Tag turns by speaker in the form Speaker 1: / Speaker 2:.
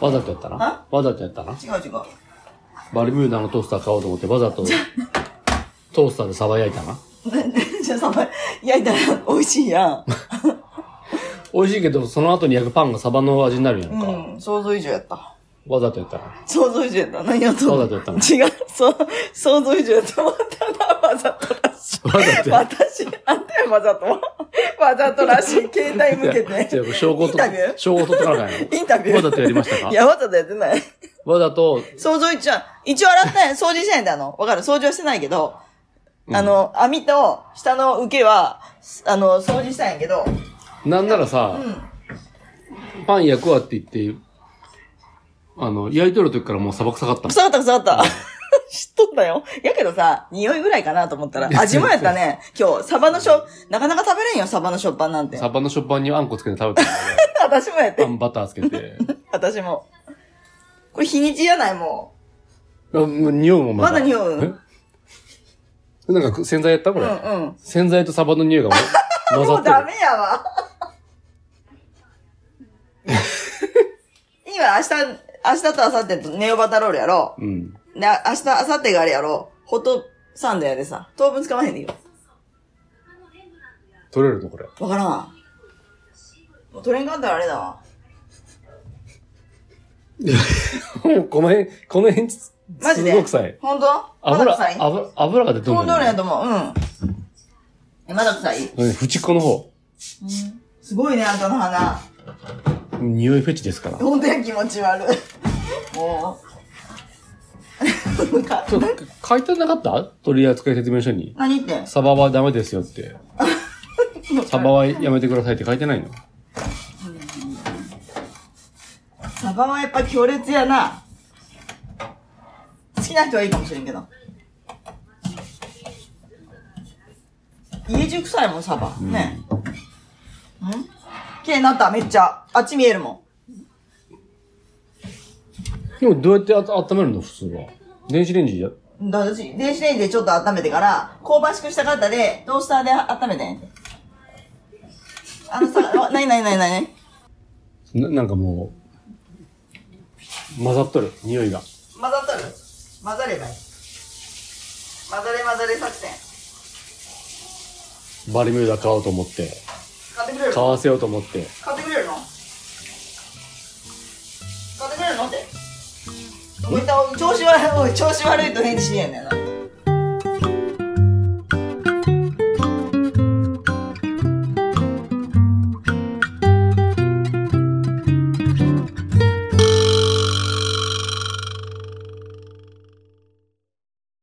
Speaker 1: わざとやったな
Speaker 2: あ。
Speaker 1: わざとやったな。
Speaker 2: 違う違う。
Speaker 1: バルミューダのトースター買おうと思ってわざとトースターでサバ焼いたな。
Speaker 2: じゃあサバ焼いたら美味しいやん。
Speaker 1: 美味しいけど、その後に焼くパンがサバの味になるやんか。
Speaker 2: うん、想像以上やった。
Speaker 1: わざとやったな。
Speaker 2: 想像以上やった。何やった
Speaker 1: わざとやったの
Speaker 2: 違う、そう、想像以上やった。またな、わざとらしい。
Speaker 1: わざとやっ
Speaker 2: 私、あんたよ、わざと。わざとらしい。携帯向け
Speaker 1: じゃ
Speaker 2: て。
Speaker 1: あ証拠
Speaker 2: インタビュ
Speaker 1: と、
Speaker 2: ー
Speaker 1: 証拠取ってからかんやろ
Speaker 2: インタビュー。
Speaker 1: わざとやりましたか
Speaker 2: いや、わざとやってない。
Speaker 1: わざと、
Speaker 2: 想像以上、一応洗ったんや。掃除してないんだ、あの。わかる掃除はしてないけど、あの、網と下の受けは、あの、掃除したんやけど、
Speaker 1: なんならさ、パン焼くわって言って、あの、焼いとる時からもう砂漠臭かったもん。
Speaker 2: 臭かった臭かった。知っとったよ。やけどさ、匂いぐらいかなと思ったら、味もやったね。今日、サバのしょ、なかなか食べれんよ、サバのしょっぱんなんて。
Speaker 1: サバの食パンにあんこつけて食べてたんだ
Speaker 2: 私もやっ
Speaker 1: けど
Speaker 2: て
Speaker 1: パ。ンバターつけ て。
Speaker 2: 私も。これ日にちじゃない、も
Speaker 1: あもう匂うもん
Speaker 2: まだ匂う。
Speaker 1: えなんか洗剤やったこ
Speaker 2: う。う
Speaker 1: れ、
Speaker 2: んうん。
Speaker 1: 洗剤とサバの匂いがもう混ざ
Speaker 2: も
Speaker 1: っ
Speaker 2: うダ
Speaker 1: て
Speaker 2: メやわ。いいわ、明日、明日と明後日とネオバタロールやろ。
Speaker 1: る。うん。
Speaker 2: で、あ明日、明後日があれやろ。ホットサンドやでさ。当分使わへんねんよ。
Speaker 1: 取れるのこれ。
Speaker 2: わからん。もう取れんかったらあれだわ。
Speaker 1: もうこの辺、この辺つ、
Speaker 2: マジです
Speaker 1: ごく臭い。
Speaker 2: ほんとまだ
Speaker 1: 油、
Speaker 2: 臭いほん
Speaker 1: 油、油が出て
Speaker 2: と
Speaker 1: るん
Speaker 2: るん
Speaker 1: だ
Speaker 2: や
Speaker 1: よ、
Speaker 2: と思う。うん。え、まだ臭い
Speaker 1: ね。縁っこの方。
Speaker 2: すごいね、あんたの鼻。
Speaker 1: 匂いフェチですから。
Speaker 2: ほんとや、気持ち悪い。もう。
Speaker 1: ちょっと書いてなかった取扱説明書に。
Speaker 2: 何って
Speaker 1: サバはダメですよ って。サバはやめてくださいって書いてないの
Speaker 2: サバはやっぱ強烈やな。好きな人はいいかもしれんけど。家中臭いもん、サバ。ねえ。ん綺麗になった、めっちゃ。あっち見えるも
Speaker 1: でもどうやってあ温めるの普通は。電子レンジや、
Speaker 2: ん。だ私、電子レンジでちょっと温めてから、香ばしくしたかったで、トースターで温めてん。あのさ、 あなになになになに
Speaker 1: ななんかもう、混ざっとる、匂いが。
Speaker 2: 混ざっとる混ざればいい。混ざれ混ざれ作戦。
Speaker 1: バルミューダ買おうと思って、
Speaker 2: 買ってくれる
Speaker 1: 買わせようと思って。
Speaker 2: 買ってくれるの買ってくれるのっておいたおい調子悪いおい調子悪いと返事しねえんだよな